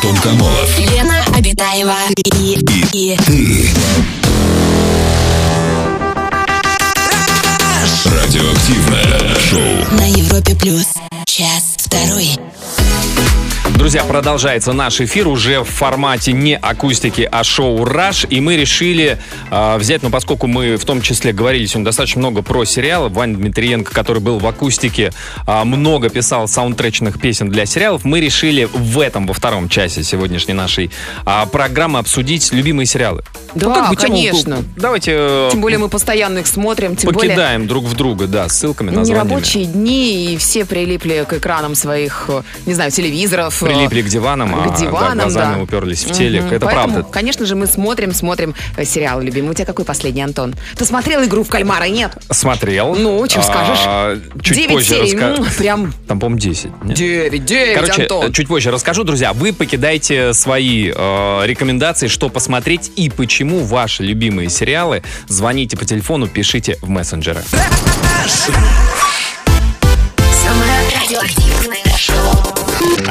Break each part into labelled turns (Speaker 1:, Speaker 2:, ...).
Speaker 1: Комсомолов
Speaker 2: Лена Обитаева и, и, и
Speaker 1: ты. Радиоактивное шоу.
Speaker 2: на Европе плюс. Час второй.
Speaker 3: Друзья, продолжается наш эфир уже в формате не акустики, а шоу «Раш». И мы решили э, взять, ну, поскольку мы в том числе говорили сегодня достаточно много про сериалы. Ваня Дмитриенко, который был в акустике, э, много писал саундтречных песен для сериалов. Мы решили в этом, во втором часе сегодняшней нашей э, программы обсудить любимые сериалы.
Speaker 4: Да,
Speaker 3: тему,
Speaker 4: конечно.
Speaker 3: давайте э,
Speaker 4: угу. Тем более мы постоянно их смотрим, тем более
Speaker 3: покидаем друг в друга, да, с ссылками, названиями.
Speaker 4: нерабочие дни, и все прилипли к экранам своих, э, не знаю, телевизоров. э,
Speaker 3: Прилипли к диванам,
Speaker 4: к
Speaker 3: а да,
Speaker 4: диванам,
Speaker 3: глазами
Speaker 4: да.
Speaker 3: уперлись в телек.
Speaker 4: Мгм.
Speaker 3: Это
Speaker 4: Поэтому,
Speaker 3: правда.
Speaker 4: Конечно же, мы смотрим, смотрим э, сериалы любимые. У тебя какой последний, Антон? Ты смотрел игру в кальмара? Нет.
Speaker 3: Смотрел.
Speaker 4: Ну, чем скажешь?
Speaker 3: А, Чуть
Speaker 4: Девять
Speaker 3: позже
Speaker 4: серий.
Speaker 3: раска-
Speaker 4: м, прям
Speaker 3: Там, по-моему, 10. нет?
Speaker 4: девять, девять,
Speaker 3: Короче,
Speaker 4: Антон.
Speaker 3: э, чуть позже расскажу, друзья. Вы покидайте свои э, рекомендации, что посмотреть и почему ваши любимые сериалы. Звоните по телефону, пишите в мессенджеры.
Speaker 2: Самое радиоактивное шоу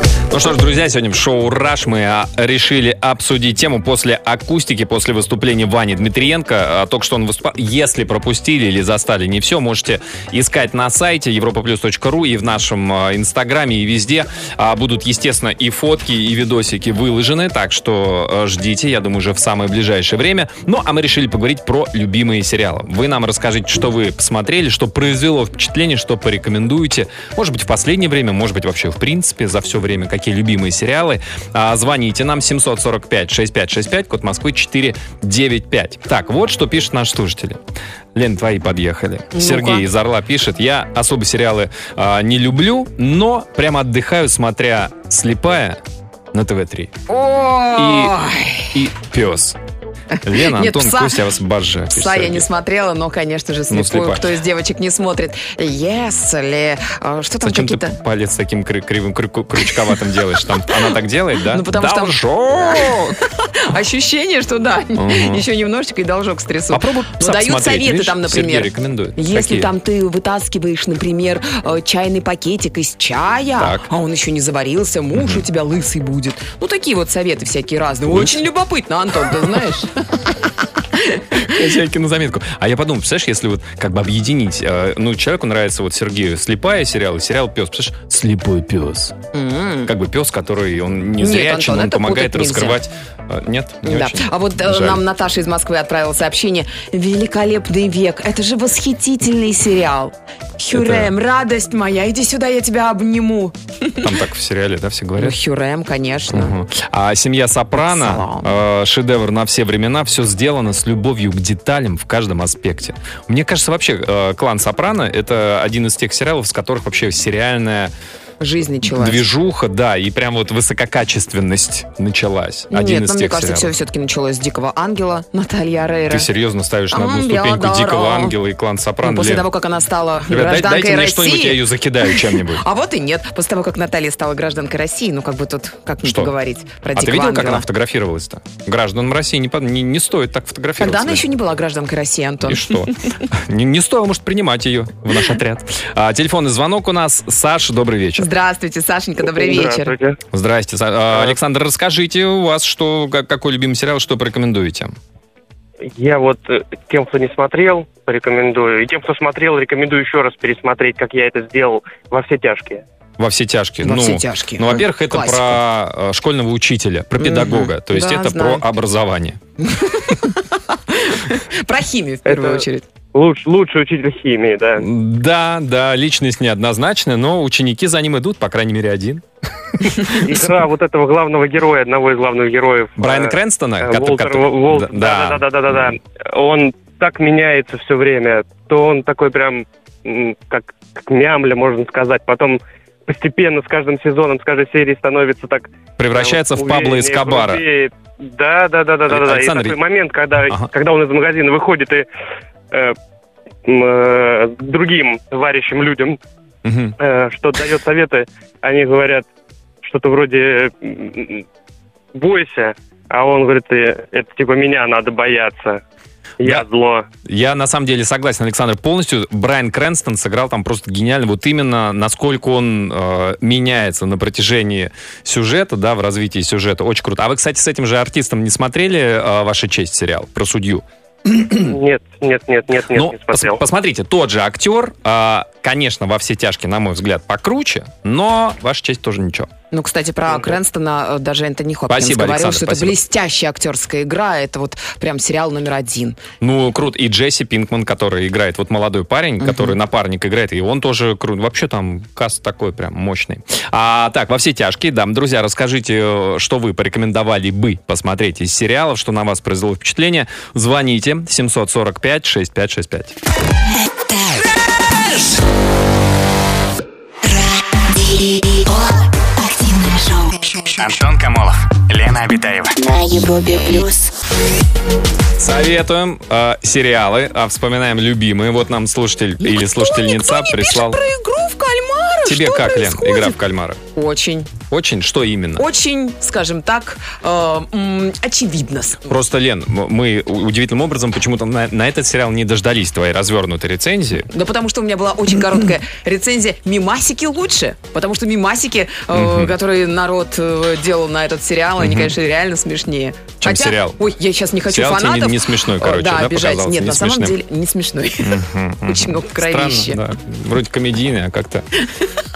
Speaker 3: Ну что ж, друзья, сегодня в шоу «Раш» мы а, решили обсудить тему после акустики, после выступления Вани Дмитриенко. А, Только что он выступал. Если пропустили или застали не все, можете искать на сайте europaplus.ru и в нашем а, инстаграме и везде. А, Будут, естественно, и фотки, и видосики выложены, так что э, ждите, я думаю, уже в самое ближайшее время. Ну, а мы решили поговорить про любимые сериалы. Вы нам расскажите, что вы посмотрели, что произвело впечатление, что порекомендуете. Может быть, в последнее время, может быть, вообще в принципе, за все время, какие любимые сериалы. А, звоните нам 745-6565, код Москвы 495. Так, вот что пишут наши слушатели. Лен, твои подъехали.
Speaker 4: Ну-ка.
Speaker 3: Сергей из Орла пишет, я особо сериалы а, не люблю, но прямо отдыхаю, смотря «Слепая» на ТВ-3
Speaker 4: Ой.
Speaker 3: и «Пес». Лена,
Speaker 4: Нет,
Speaker 3: Антон,
Speaker 4: пса-
Speaker 3: Костя, я вас обожаю.
Speaker 4: Пса я не смотрела, но, конечно же,
Speaker 3: Ну,
Speaker 4: слепую,
Speaker 3: слепая.
Speaker 4: кто из девочек не смотрит. Если... э, Что там
Speaker 3: Зачем ты
Speaker 4: какие-то...
Speaker 3: палец таким кры- кривым, крю- крючковатым делаешь? Там она так делает, да?
Speaker 4: Ну, потому что там-
Speaker 3: Должок!
Speaker 4: Ощущение, что да,
Speaker 3: Мгм.
Speaker 4: еще немножечко и должок стрясу.
Speaker 3: Попробуй
Speaker 4: Ну,
Speaker 3: сам
Speaker 4: дают
Speaker 3: смотреть,
Speaker 4: советы
Speaker 3: видишь,
Speaker 4: там, например.
Speaker 3: Сергей рекомендует.
Speaker 4: Если
Speaker 3: Какие?
Speaker 4: там ты вытаскиваешь, например, э, чайный пакетик из чая,
Speaker 3: Так.
Speaker 4: а он еще не заварился, муж у тебя лысый будет. Ну, такие вот советы всякие разные. Очень любопытно, Антон, ты знаешь.
Speaker 3: Хозяйки на заметку. А я подумал, представляешь, если вот как бы объединить, э, ну, человеку нравится вот Сергею слепая сериал и сериал «Пес». Представляешь, слепой пес.
Speaker 4: М.
Speaker 3: Как бы пес, который он не
Speaker 4: Нет,
Speaker 3: зрячий,
Speaker 4: Антон,
Speaker 3: он
Speaker 4: это
Speaker 3: помогает
Speaker 4: путать нельзя.
Speaker 3: раскрывать. Э, Нет, не
Speaker 4: Да.
Speaker 3: очень.
Speaker 4: А вот э,
Speaker 3: Жаль.
Speaker 4: нам Наташа из Москвы отправила сообщение. Великолепный век. Это же восхитительный сериал. Хюрем, радость моя, иди сюда, я тебя обниму.
Speaker 3: Там так в сериале, да, все
Speaker 4: Ну,
Speaker 3: говорят.
Speaker 4: Хюрем, конечно.
Speaker 3: Мгм. А семья Сопрано
Speaker 4: Салам.
Speaker 3: э, шедевр на все времена, все сделано с любовью к деталям в каждом аспекте. Мне кажется, вообще э, клан Сопрано это один из тех сериалов, с которых вообще сериальная
Speaker 4: Жизнь началась.
Speaker 3: движуха, да, и прям вот высококачественность началась. один
Speaker 4: Нет,
Speaker 3: из
Speaker 4: ну, мне
Speaker 3: тех
Speaker 4: кажется, все
Speaker 3: сериалов.
Speaker 4: все-таки началось с «Дикого ангела» Наталья Рейра.
Speaker 3: Ты серьезно ставишь на одну
Speaker 4: Ам, я
Speaker 3: ступеньку
Speaker 4: здорово.
Speaker 3: Дикого Ангела и клан Сопрано?
Speaker 4: Ну, после
Speaker 3: Лен?
Speaker 4: того, как она стала
Speaker 3: Ребят, дай-
Speaker 4: гражданкой
Speaker 3: дайте мне что-нибудь, я
Speaker 4: России.
Speaker 3: ее закидаю чем-нибудь.
Speaker 4: А вот и нет. После того, как Наталья стала гражданкой России, ну как бы тут как не
Speaker 3: Что?
Speaker 4: поговорить про
Speaker 3: А ты
Speaker 4: «Дикого
Speaker 3: видел, как
Speaker 4: ангела».
Speaker 3: она фотографировалась-то? Гражданам России не, под- не- не стоит так фотографироваться.
Speaker 4: Тогда она
Speaker 3: Лен.
Speaker 4: еще не была гражданкой России, Антон.
Speaker 3: И что? Не, не стоило, может, принимать ее в наш отряд. А, телефонный звонок у нас. Саша, добрый вечер.
Speaker 4: Здравствуйте, Сашенька, добрый вечер.
Speaker 5: Здравствуйте.
Speaker 3: Здрасте. Са-
Speaker 4: Э.
Speaker 3: а, Александр, расскажите у вас, что, как- какой любимый сериал, что порекомендуете?
Speaker 5: Я вот э, тем, кто не смотрел, рекомендую. И тем, кто смотрел, рекомендую еще раз пересмотреть, как я это сделал во все тяжкие.
Speaker 3: Во все тяжкие.
Speaker 4: Во
Speaker 3: ну,
Speaker 4: все тяжкие.
Speaker 3: Ну, во-первых, это
Speaker 4: Классика.
Speaker 3: про э, школьного учителя, про педагога. То есть
Speaker 4: Да,
Speaker 3: это
Speaker 4: знаю.
Speaker 3: про образование.
Speaker 4: Про химию в первую
Speaker 5: Это-
Speaker 4: очередь.
Speaker 5: Луч, лучший учитель химии, да.
Speaker 3: Да, да, личность неоднозначная, но ученики за ним идут, по крайней мере, один.
Speaker 5: Игра вот этого главного героя, одного из главных героев.
Speaker 3: Брайана
Speaker 5: э,
Speaker 3: Крэнстона.
Speaker 5: э,
Speaker 3: который-
Speaker 5: Уолтер
Speaker 3: который-
Speaker 5: Уол- Уолтер,
Speaker 3: Да,
Speaker 5: Да, да, да, да, да, да. Он так меняется все время. То он такой прям, м, как, как мямля, можно сказать. Потом постепенно с каждым сезоном, с каждой серией становится так
Speaker 3: Превращается в Пабло
Speaker 5: Увереннее,
Speaker 3: Эскобара.
Speaker 5: грубее. Да, да, да, да, да, да, да. И
Speaker 3: Александр,
Speaker 5: такой момент, когда,
Speaker 3: Ага.
Speaker 5: когда он из магазина выходит и э, м, э, другим товарищам людям
Speaker 3: Мгм.
Speaker 5: э, что дает советы, они говорят что-то вроде м, м, бойся, а он говорит, э, это типа меня надо бояться. Я
Speaker 3: Да.
Speaker 5: зло.
Speaker 3: Я на самом деле согласен, Александр, полностью. Брайан Крэнстон сыграл там просто гениально. Вот именно насколько он э, меняется на протяжении сюжета, да, в развитии сюжета. Очень круто. А вы, кстати, с этим же артистом не смотрели э, «Ваша честь» сериал про судью?
Speaker 5: Нет, нет, нет, нет, нет,
Speaker 3: Ну,
Speaker 5: не смотрел.
Speaker 3: пос- посмотрите, тот же актер, э, конечно, во все тяжкие, на мой взгляд, покруче, но «Ваша честь» тоже ничего.
Speaker 4: Ну, кстати, про Крэнстона э, даже Энтони Хопкинс
Speaker 3: Спасибо,
Speaker 4: говорил,
Speaker 3: Александр,
Speaker 4: что это
Speaker 3: спасибо.
Speaker 4: блестящая актерская игра, это вот прям сериал номер один.
Speaker 3: Ну, круто. И Джесси Пинкман, который играет, вот молодой парень, который напарник играет, и он тоже крут. Вообще там каст такой прям мощный. А так, во все тяжкие, да, друзья, расскажите, э, что вы порекомендовали бы посмотреть из сериалов, что на вас произвело впечатление. Звоните 745-6565.
Speaker 2: Радио. Активное шоу.
Speaker 6: Антон Камолов, Лена Обитаева.
Speaker 2: На Европе плюс.
Speaker 3: Советуем э, сериалы, а вспоминаем любимые. Вот нам слушатель или слушательница прислал.
Speaker 4: про игру в кальмара.
Speaker 3: Тебе
Speaker 4: Что
Speaker 3: как, Лен,
Speaker 4: происходит?
Speaker 3: игра в кальмара?
Speaker 4: Очень,
Speaker 3: Очень? Что именно?
Speaker 4: очень, скажем так, э, м, очевидно.
Speaker 3: Просто, Лен, м- мы у- удивительным образом почему-то на, на этот сериал не дождались твоей развернутой рецензии.
Speaker 4: Да потому что у меня была очень короткая рецензия. Мимасики лучше. Потому что мимасики, э, которые народ э, делал на этот сериал, они, конечно, реально смешнее.
Speaker 3: Чем
Speaker 4: Хотя-
Speaker 3: сериал?
Speaker 4: Ой, я сейчас не хочу
Speaker 3: Сериал тебе не-
Speaker 4: фанатов.
Speaker 3: не смешной,
Speaker 4: э,
Speaker 3: короче,
Speaker 4: Да,
Speaker 3: да,
Speaker 4: обижать.
Speaker 3: показался?
Speaker 4: Нет,
Speaker 3: Не
Speaker 4: на самом
Speaker 3: смешным?
Speaker 4: деле не смешной. Очень много кровища.
Speaker 3: Странно, да. Вроде комедийная, а как-то.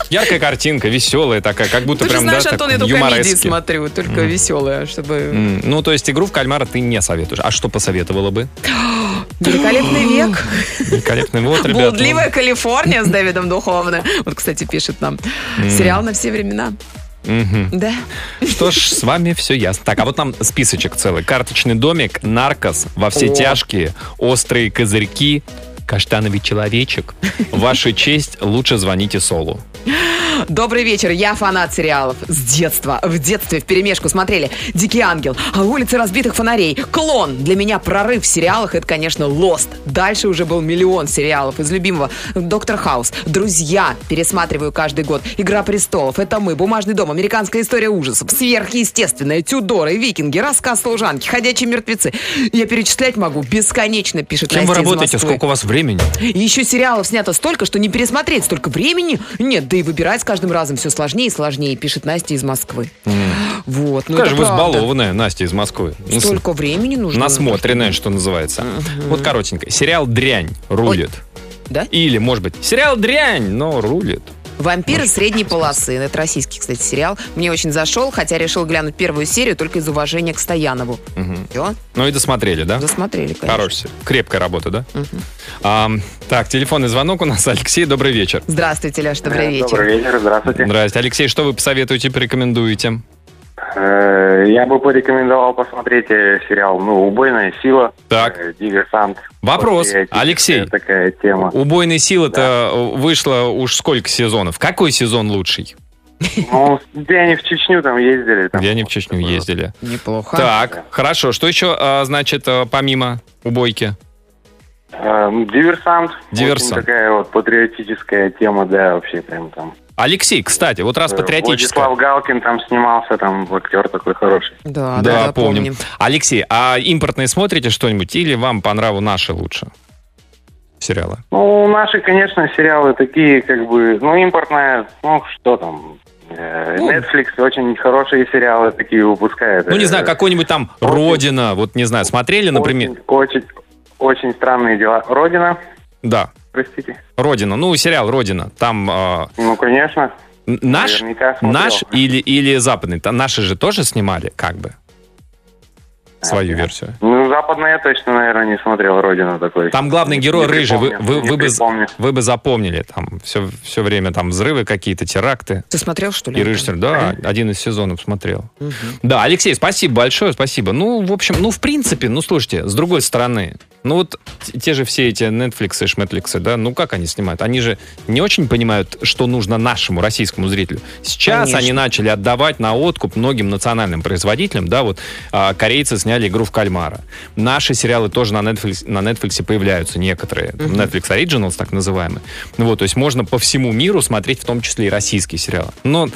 Speaker 3: Яркая картинка, веселая такая, как будто
Speaker 4: Ты же
Speaker 3: прям,
Speaker 4: знаешь,
Speaker 3: да, так
Speaker 4: Антон, я только комедии
Speaker 3: юморески.
Speaker 4: смотрю, только веселые, чтобы...
Speaker 3: М, Ну, то есть игру в кальмара ты не советуешь. А что посоветовала бы?
Speaker 4: Великолепный век.
Speaker 3: Великолепный вот, ребята. ну.
Speaker 4: Блудливая Калифорния с Давидом Духовным. Вот, кстати, пишет нам. Сериал на все времена.
Speaker 3: Мгм.
Speaker 4: Да.
Speaker 3: ну, Что ж, с вами все ясно. Так, а вот нам списочек целый. Карточный домик, наркос, во все тяжкие, острые козырьки, каштановый человечек. Ваша честь, лучше звоните Солу.
Speaker 4: Добрый вечер, я фанат сериалов. С детства, в детстве, в перемешку смотрели «Дикий ангел», «А улицы разбитых фонарей», «Клон». Для меня прорыв в сериалах – это, конечно, «Лост». Дальше уже был миллион сериалов из любимого «Доктор Хаус», «Друзья», пересматриваю каждый год, «Игра престолов», «Это мы», «Бумажный дом», «Американская история ужасов», «Сверхъестественное», «Тюдоры», «Викинги», «Рассказ служанки», «Ходячие мертвецы». Я перечислять могу бесконечно, пишет
Speaker 3: Кем
Speaker 4: Настя
Speaker 3: вы
Speaker 4: из
Speaker 3: работаете?
Speaker 4: Москвы.
Speaker 3: Сколько у вас времени?
Speaker 4: И Еще сериалов снято столько, что не пересмотреть столько времени. Нет, да и выбирать с каждым разом все сложнее и сложнее, пишет Настя из Москвы. Вот, ну
Speaker 3: Какая же
Speaker 4: это
Speaker 3: вы
Speaker 4: правда.
Speaker 3: избалованная, Настя из Москвы. Ну, с-
Speaker 4: Столько времени нужно.
Speaker 3: Насмотренная, что называется. Вот коротенько. Сериал «Дрянь» рулит.
Speaker 4: Да?
Speaker 3: Или, может быть, сериал «Дрянь», но рулит.
Speaker 4: Вампиры средней полосы. Ну, Это российский, кстати, сериал. Мне очень зашел, хотя решил глянуть первую серию только из уважения к Стоянову. Все,
Speaker 3: Ну и досмотрели, да?
Speaker 4: засмотрели, конечно.
Speaker 3: Хорош. сериал. Крепкая работа, да? Ам, так, телефонный звонок у нас. Алексей, добрый вечер.
Speaker 4: Здравствуйте, Леш, добрый вечер.
Speaker 7: Э, Добрый вечер, здравствуйте.
Speaker 3: Здрасте. Алексей, что вы посоветуете, порекомендуете?
Speaker 7: Э, Я бы порекомендовал посмотреть э, сериал «Ну, убойная сила»,
Speaker 3: Так.
Speaker 7: э, «Диверсант».
Speaker 3: Вопрос,
Speaker 7: Вот, э,
Speaker 3: Алексей.
Speaker 7: типичная Такая тема.
Speaker 3: «Убойная сила»-то вышло уж сколько сезонов? Какой сезон лучший?
Speaker 7: Ну, где они в Чечню там ездили? Там, Э,
Speaker 3: Где они в Чечню ездили?
Speaker 4: Неплохо.
Speaker 3: Так, хорошо. Что еще, а, значит, а, помимо убойки?
Speaker 7: Э, ну, «Диверсант».
Speaker 3: «Диверсант».
Speaker 7: Очень такая вот патриотическая тема, да, вообще прям там.
Speaker 3: Алексей, кстати, вот раз
Speaker 7: Э,
Speaker 3: патриотическая.
Speaker 7: Владислав Галкин там снимался, там актер такой хороший.
Speaker 4: А, Да, да,
Speaker 3: Да,
Speaker 4: да,
Speaker 3: помним.
Speaker 4: помним.
Speaker 3: Алексей, а импортные смотрите что-нибудь или вам по нраву наши лучше? Сериалы.
Speaker 7: Ну, наши, конечно, сериалы такие, как бы, ну, импортная, ну, что там... э,
Speaker 4: Ну.
Speaker 7: Netflix очень хорошие сериалы такие выпускает.
Speaker 3: Ну, не знаю,
Speaker 7: Э,
Speaker 3: какой-нибудь там «Родина», вот не знаю, смотрели, например?
Speaker 7: Очень, очень, очень странные дела. Родина,
Speaker 3: Да,
Speaker 7: простите.
Speaker 3: «Родина», ну, сериал «Родина», там э,
Speaker 7: Ну, конечно.
Speaker 3: н- наш,
Speaker 7: Наверняка смотрел.
Speaker 3: наш или, или западный, Там наши же тоже снимали, как бы,
Speaker 7: А,
Speaker 3: свою версию.
Speaker 7: Ну, западная я точно, наверное, не смотрел Родину такой.
Speaker 3: Там главный
Speaker 7: Не-
Speaker 3: герой
Speaker 7: не
Speaker 3: рыжий, вы,
Speaker 7: припомню,
Speaker 3: вы-
Speaker 7: не
Speaker 3: вы бы,
Speaker 7: припомню.
Speaker 3: вы бы запомнили, там все, все время там взрывы какие-то, теракты.
Speaker 4: Ты смотрел, что ли?
Speaker 3: И Рыжий,
Speaker 4: Антон?
Speaker 3: да, один из сезонов смотрел. Да, Алексей, спасибо большое, спасибо. Ну, в общем, ну, в принципе, ну, слушайте, с другой стороны, ну, вот т- те же все эти Netflix и Шметфликсы, да, ну, как они снимают? Они же не очень понимают, что нужно нашему российскому зрителю. Сейчас
Speaker 4: Конечно.
Speaker 3: они начали отдавать на откуп многим национальным производителям, да, вот а, корейцы сняли «Игру в кальмара». Наши сериалы тоже на Netflix, на Netflix появляются некоторые, Netflix Originals так называемые. Ну Вот, то есть можно по всему миру смотреть в том числе и российские сериалы. Но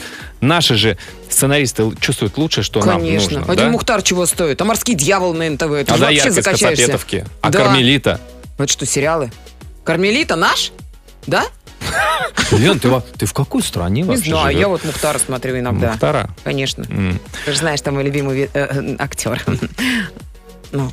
Speaker 3: Наши же сценаристы чувствуют лучше, что
Speaker 4: Конечно.
Speaker 3: нам нужно.
Speaker 4: Один
Speaker 3: да?
Speaker 4: Мухтар чего стоит? А морский дьявол на НТВ. Это
Speaker 3: а
Speaker 4: же вообще
Speaker 3: доярка с
Speaker 4: закачаешься.
Speaker 3: Кацапетовки, а
Speaker 4: Да.
Speaker 3: Кармелита.
Speaker 4: Это что, сериалы? Кармелита наш? Да?
Speaker 3: Лен, ты, во- ты в какой стране
Speaker 4: Не
Speaker 3: вообще
Speaker 4: знаю,
Speaker 3: живешь?
Speaker 4: я вот Мухтара смотрю иногда.
Speaker 3: Мухтара?
Speaker 4: Конечно.
Speaker 3: М.
Speaker 4: Ты же знаешь, что мой любимый ви- э, э, актер. Ну,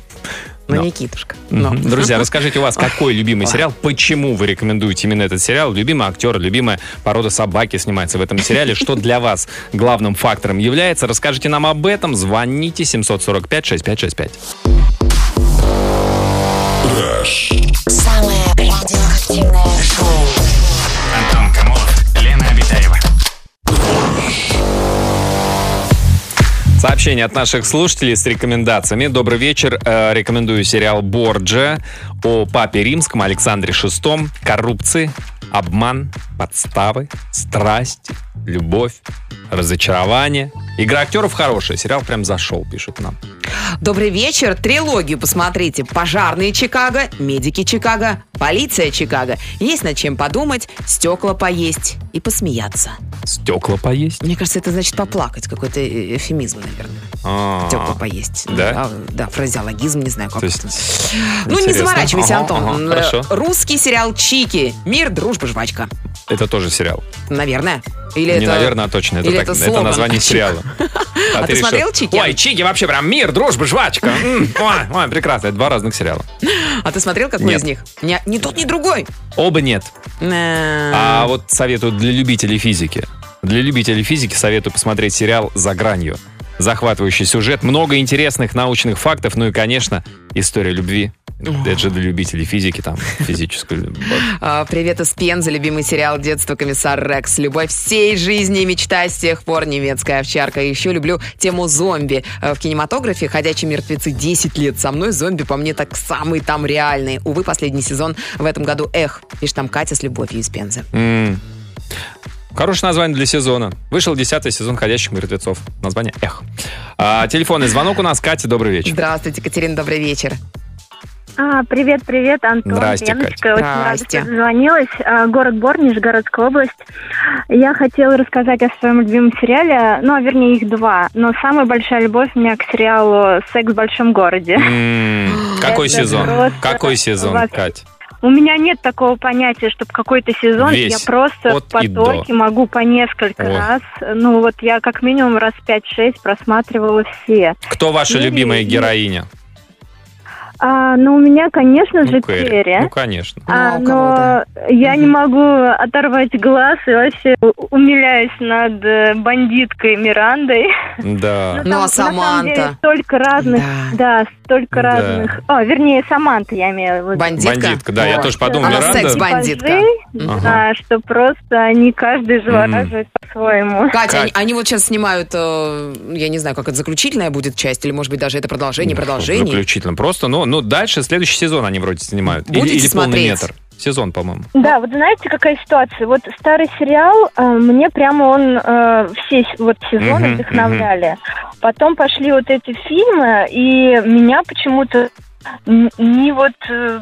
Speaker 4: ну,
Speaker 3: Но.
Speaker 4: Никитушка. Но.
Speaker 3: Мгм. Друзья, расскажите у вас, какой любимый сериал, почему вы рекомендуете именно этот сериал, любимый актер, любимая порода собаки снимается в этом сериале, что для вас главным фактором является, расскажите нам об этом, звоните 745-6565.
Speaker 2: Самое радиоактивное шоу.
Speaker 6: Антон Камолов, Лена Обитаева.
Speaker 3: Сообщение от наших слушателей с рекомендациями. Добрый вечер. Э, Рекомендую сериал «Борджа» о папе римском Александре VI, коррупции, обман, подставы, страсть, любовь, разочарование. Игра актеров хорошая. Сериал прям зашел, пишет нам.
Speaker 4: Добрый вечер. Трилогию посмотрите. Пожарные Чикаго, медики Чикаго, полиция Чикаго. Есть над чем подумать, стекла поесть и посмеяться.
Speaker 3: Стекла поесть?
Speaker 4: Мне кажется, это значит поплакать. Какой-то э, эфемизм, наверное.
Speaker 3: А,
Speaker 4: Стекла поесть.
Speaker 3: Да?
Speaker 4: А, Да, фразеологизм, не знаю, как
Speaker 3: То есть,
Speaker 4: это. Ну, не
Speaker 3: интересно.
Speaker 4: заморачивайся,
Speaker 3: Ага,
Speaker 4: Антон.
Speaker 3: ага, хорошо.
Speaker 4: Э, Русский сериал «Чики». Мир, дружба, жвачка.
Speaker 3: Это тоже сериал.
Speaker 4: Наверное. Или
Speaker 3: не
Speaker 4: это...
Speaker 3: наверное, а точно. Это,
Speaker 4: или
Speaker 3: так-
Speaker 4: это
Speaker 3: это
Speaker 4: слоган.
Speaker 3: название
Speaker 4: Чик.
Speaker 3: сериала.
Speaker 4: А ты
Speaker 3: решил,
Speaker 4: смотрел «Чики»?
Speaker 3: Ой, Чики вообще прям мир, дружба, жвачка. М, Ой, ой, прекрасно. Это два разных сериала.
Speaker 4: А ты смотрел какой
Speaker 3: Нет.
Speaker 4: из них? Не, ни тот, ни другой.
Speaker 3: Оба нет.
Speaker 4: А...
Speaker 3: А вот советую для любителей физики. Для любителей физики советую посмотреть сериал «За гранью». Захватывающий сюжет, много интересных научных фактов, ну и, конечно, история любви. Это же для любителей физики, там, физическую любовь.
Speaker 4: А, Привет из Пензы, любимый сериал детства «Комиссар Рекс». Любовь всей жизни, и мечта с тех пор немецкая овчарка. И Еще люблю тему зомби. Э, В кинематографе «Ходячие мертвецы» 10 лет со мной. Зомби по мне так самый там реальный. Увы, последний сезон в этом году «Эх». Пишет там Катя с любовью из Пензы.
Speaker 3: М. Хорошее название для сезона. Вышел 10 сезон «Ходящих мертвецов». Название «Эх». А, телефонный звонок у нас. Катя, добрый вечер.
Speaker 4: Здравствуйте, Катерина, добрый вечер.
Speaker 8: А, привет, привет, Антон,
Speaker 3: Здрасте,
Speaker 8: Леночка. Очень рада,
Speaker 4: Здрасте.
Speaker 8: что дозвонилась. А, город Бор, Нижегородская область. Я хотела рассказать о своем любимом сериале, ну, а вернее, их два. Но самая большая любовь у меня к сериалу «Секс в большом городе».
Speaker 3: М, Какой
Speaker 8: Это
Speaker 3: сезон?
Speaker 8: просто
Speaker 3: Какой сезон,
Speaker 8: вообще.
Speaker 3: Кать?
Speaker 8: У меня нет такого понятия, чтобы какой-то сезон
Speaker 3: Весь.
Speaker 8: я просто
Speaker 3: От
Speaker 8: в
Speaker 3: и до.
Speaker 8: потоке могу по несколько
Speaker 3: Ой.
Speaker 8: раз. Ну, вот я как минимум раз 5-6 просматривала все.
Speaker 3: Кто ваша
Speaker 8: Ну,
Speaker 3: любимая
Speaker 8: и-
Speaker 3: героиня?
Speaker 8: А, ну, у меня, конечно же,
Speaker 3: Ну, Кэрри.
Speaker 8: Терри.
Speaker 3: Ну, конечно.
Speaker 8: А,
Speaker 4: Ну, у кого, да.
Speaker 8: но я не могу оторвать глаз и вообще у- умиляюсь над э, бандиткой Мирандой.
Speaker 3: Да.
Speaker 4: Ну, а
Speaker 8: на самом
Speaker 4: Саманта?
Speaker 8: деле, столько разных, да,
Speaker 3: Да.
Speaker 8: столько разных. А, вернее, Саманта я имела в виду.
Speaker 4: Бандитка?
Speaker 3: Бандитка, да, я
Speaker 4: Вот.
Speaker 3: тоже подумал,
Speaker 4: Она
Speaker 3: Миранда.
Speaker 4: секс-бандитка.
Speaker 8: Типажи,
Speaker 4: Мгм.
Speaker 8: Типа, Да, что просто они каждый завораживает по-своему.
Speaker 4: Катя,
Speaker 3: Кать.
Speaker 4: Они, они вот сейчас снимают, э, я не знаю, как это заключительная будет часть, или, может быть, даже это продолжение,
Speaker 3: Ну,
Speaker 4: продолжение.
Speaker 3: Заключительно. Просто, ну, ну, дальше следующий сезон они вроде снимают. Или,
Speaker 4: Будете
Speaker 3: или полный
Speaker 4: смотреть?
Speaker 3: метр. Сезон, по-моему.
Speaker 8: Да, вот знаете, какая ситуация? Вот старый сериал, э, мне прямо он э, все с- вот сезоны
Speaker 3: Мгм,
Speaker 8: вдохновляли. Потом пошли вот эти фильмы, и меня почему-то н- не вот... э,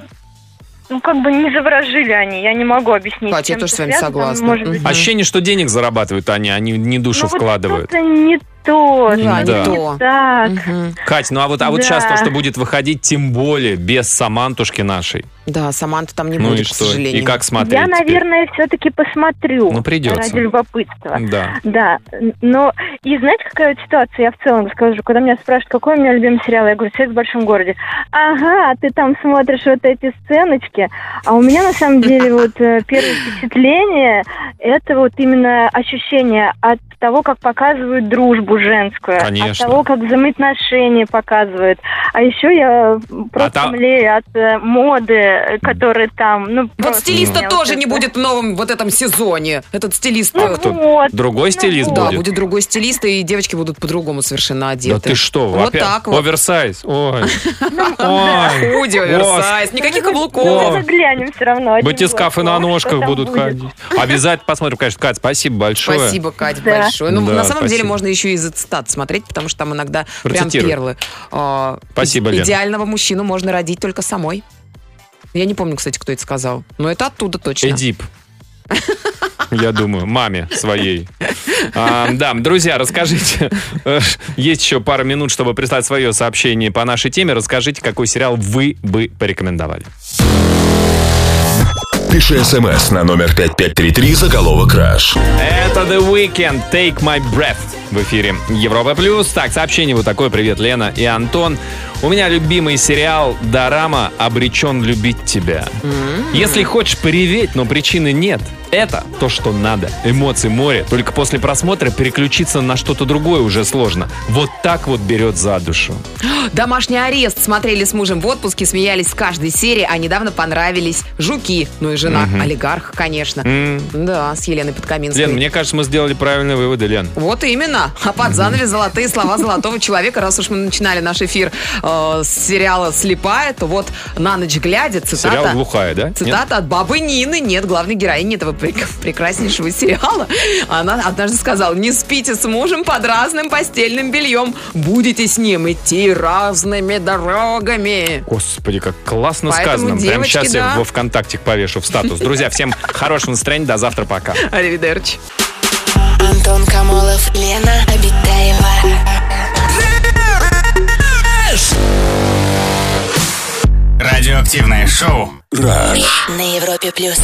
Speaker 8: Ну, как бы не заворожили они, я не могу объяснить.
Speaker 4: Катя, я
Speaker 8: чем
Speaker 4: тоже
Speaker 8: это
Speaker 4: с вами
Speaker 8: связано,
Speaker 4: согласна.
Speaker 8: может быть.
Speaker 4: Мгм.
Speaker 3: Ощущение, что денег зарабатывают они, они не душу
Speaker 8: Ну, вот
Speaker 3: вкладывают.
Speaker 8: что-то не то,
Speaker 4: Ну Да,
Speaker 8: что-то
Speaker 3: не
Speaker 4: то.
Speaker 8: так.
Speaker 4: Мгм.
Speaker 3: Кать, ну а вот, а вот сейчас то,
Speaker 8: Да.
Speaker 3: что будет выходить, тем более без Самантушки нашей.
Speaker 4: Да, Саманта там не
Speaker 3: ну и
Speaker 4: будет, к
Speaker 3: что? И
Speaker 4: сожалению.
Speaker 3: как смотреть?
Speaker 8: я,
Speaker 3: теперь?
Speaker 8: наверное, все-таки посмотрю.
Speaker 3: Ну, придется.
Speaker 8: Ради любопытства.
Speaker 3: Да.
Speaker 8: Да, но и знаете, какая вот ситуация, я в целом скажу, когда меня спрашивают, какой у меня любимый сериал, я говорю, «Секс в большом городе». Ага, а ты там смотришь вот эти сценочки, а у меня на самом деле вот э, первое впечатление, это вот именно ощущение от того, как показывают дружбу женскую, от
Speaker 3: Конечно.
Speaker 8: того, как взаимоотношения показывают, а еще я просто
Speaker 3: А там-
Speaker 8: млею от э, моды, которые там, ну
Speaker 4: Вот
Speaker 8: просто
Speaker 4: стилиста
Speaker 8: меня вот
Speaker 4: тоже
Speaker 8: это-
Speaker 4: не будет в новом вот этом сезоне. Этот стилист...
Speaker 8: Ну
Speaker 4: э,
Speaker 3: А кто?
Speaker 8: вот,
Speaker 3: Другой стилист
Speaker 4: Да,
Speaker 3: будет.
Speaker 4: будет другой стилист, и девочки будут по-другому совершенно
Speaker 3: Да
Speaker 4: одеты.
Speaker 3: ты что,
Speaker 4: Вот
Speaker 3: опять?
Speaker 4: так вот.
Speaker 3: Оверсайз. Ой. Ой.
Speaker 4: Худи, оверсайз, никаких
Speaker 8: Ну,
Speaker 4: каблуков.
Speaker 8: мы заглянем все равно. один
Speaker 3: Батискафы
Speaker 8: глаз,
Speaker 3: на
Speaker 8: ну, что
Speaker 3: ножках
Speaker 8: там
Speaker 3: будут
Speaker 8: будет.
Speaker 3: ходить. Обязательно посмотрим, конечно. Кать, спасибо большое.
Speaker 4: Спасибо, Кать,
Speaker 8: Да.
Speaker 4: большое. Ну,
Speaker 3: Да,
Speaker 4: на самом деле
Speaker 3: спасибо.
Speaker 4: можно еще и за цитат смотреть, потому что там иногда прям
Speaker 3: Процитируй.
Speaker 4: перлы. А,
Speaker 3: Спасибо,
Speaker 4: иде-
Speaker 3: Лен.
Speaker 4: Идеального мужчину можно родить только самой. Я не помню, кстати, кто это сказал. Но это оттуда точно.
Speaker 3: Эдип. Я думаю, маме своей. А, Да, друзья, расскажите. э, Есть еще пара минут, чтобы прислать свое сообщение по нашей теме. Расскажите, какой сериал вы бы порекомендовали.
Speaker 1: Пиши смс на номер 5533 заголовок «Краш».
Speaker 3: Это The Weekend, Take My Breath в эфире Европа Плюс. Так, сообщение вот такое. Привет, Лена и Антон. У меня любимый сериал «Дорама. Обречен любить тебя». Если хочешь пореветь, но причины нет, это то, что надо. Эмоции море. Только после просмотра переключиться на что-то другое уже сложно. Вот так вот берет за душу.
Speaker 4: Домашний арест смотрели с мужем в отпуске, смеялись с каждой серии, а недавно понравились «Жуки». Ну и жена, олигарх, конечно.
Speaker 3: М.
Speaker 4: Да, с Еленой Подкаминской.
Speaker 3: Лен, мне кажется, мы сделали правильные выводы, Лен.
Speaker 4: Вот именно. А под занавес золотые слова золотого человека. Раз уж мы начинали наш эфир э, с сериала «Слепая», то вот «На ночь глядя» цитата...
Speaker 3: Сериал глухая, да? Нет?
Speaker 4: Цитата от бабы Нины. Нет, главной героини этого прек- прекраснейшего сериала. Она однажды сказала, не спите с мужем под разным постельным бельем. Будете с ним идти разными дорогами.
Speaker 3: Господи, как классно
Speaker 4: Поэтому,
Speaker 3: сказано. Прямо
Speaker 4: девочки,
Speaker 3: сейчас
Speaker 4: да.
Speaker 3: я во ВКонтакте повешу в статус. Друзья, всем хорошего настроения. До завтра. Пока.
Speaker 4: Аривидерчи.
Speaker 2: Антон Камолов, Лена Обитаева.
Speaker 6: Радиоактивное шоу
Speaker 2: На Европе плюс.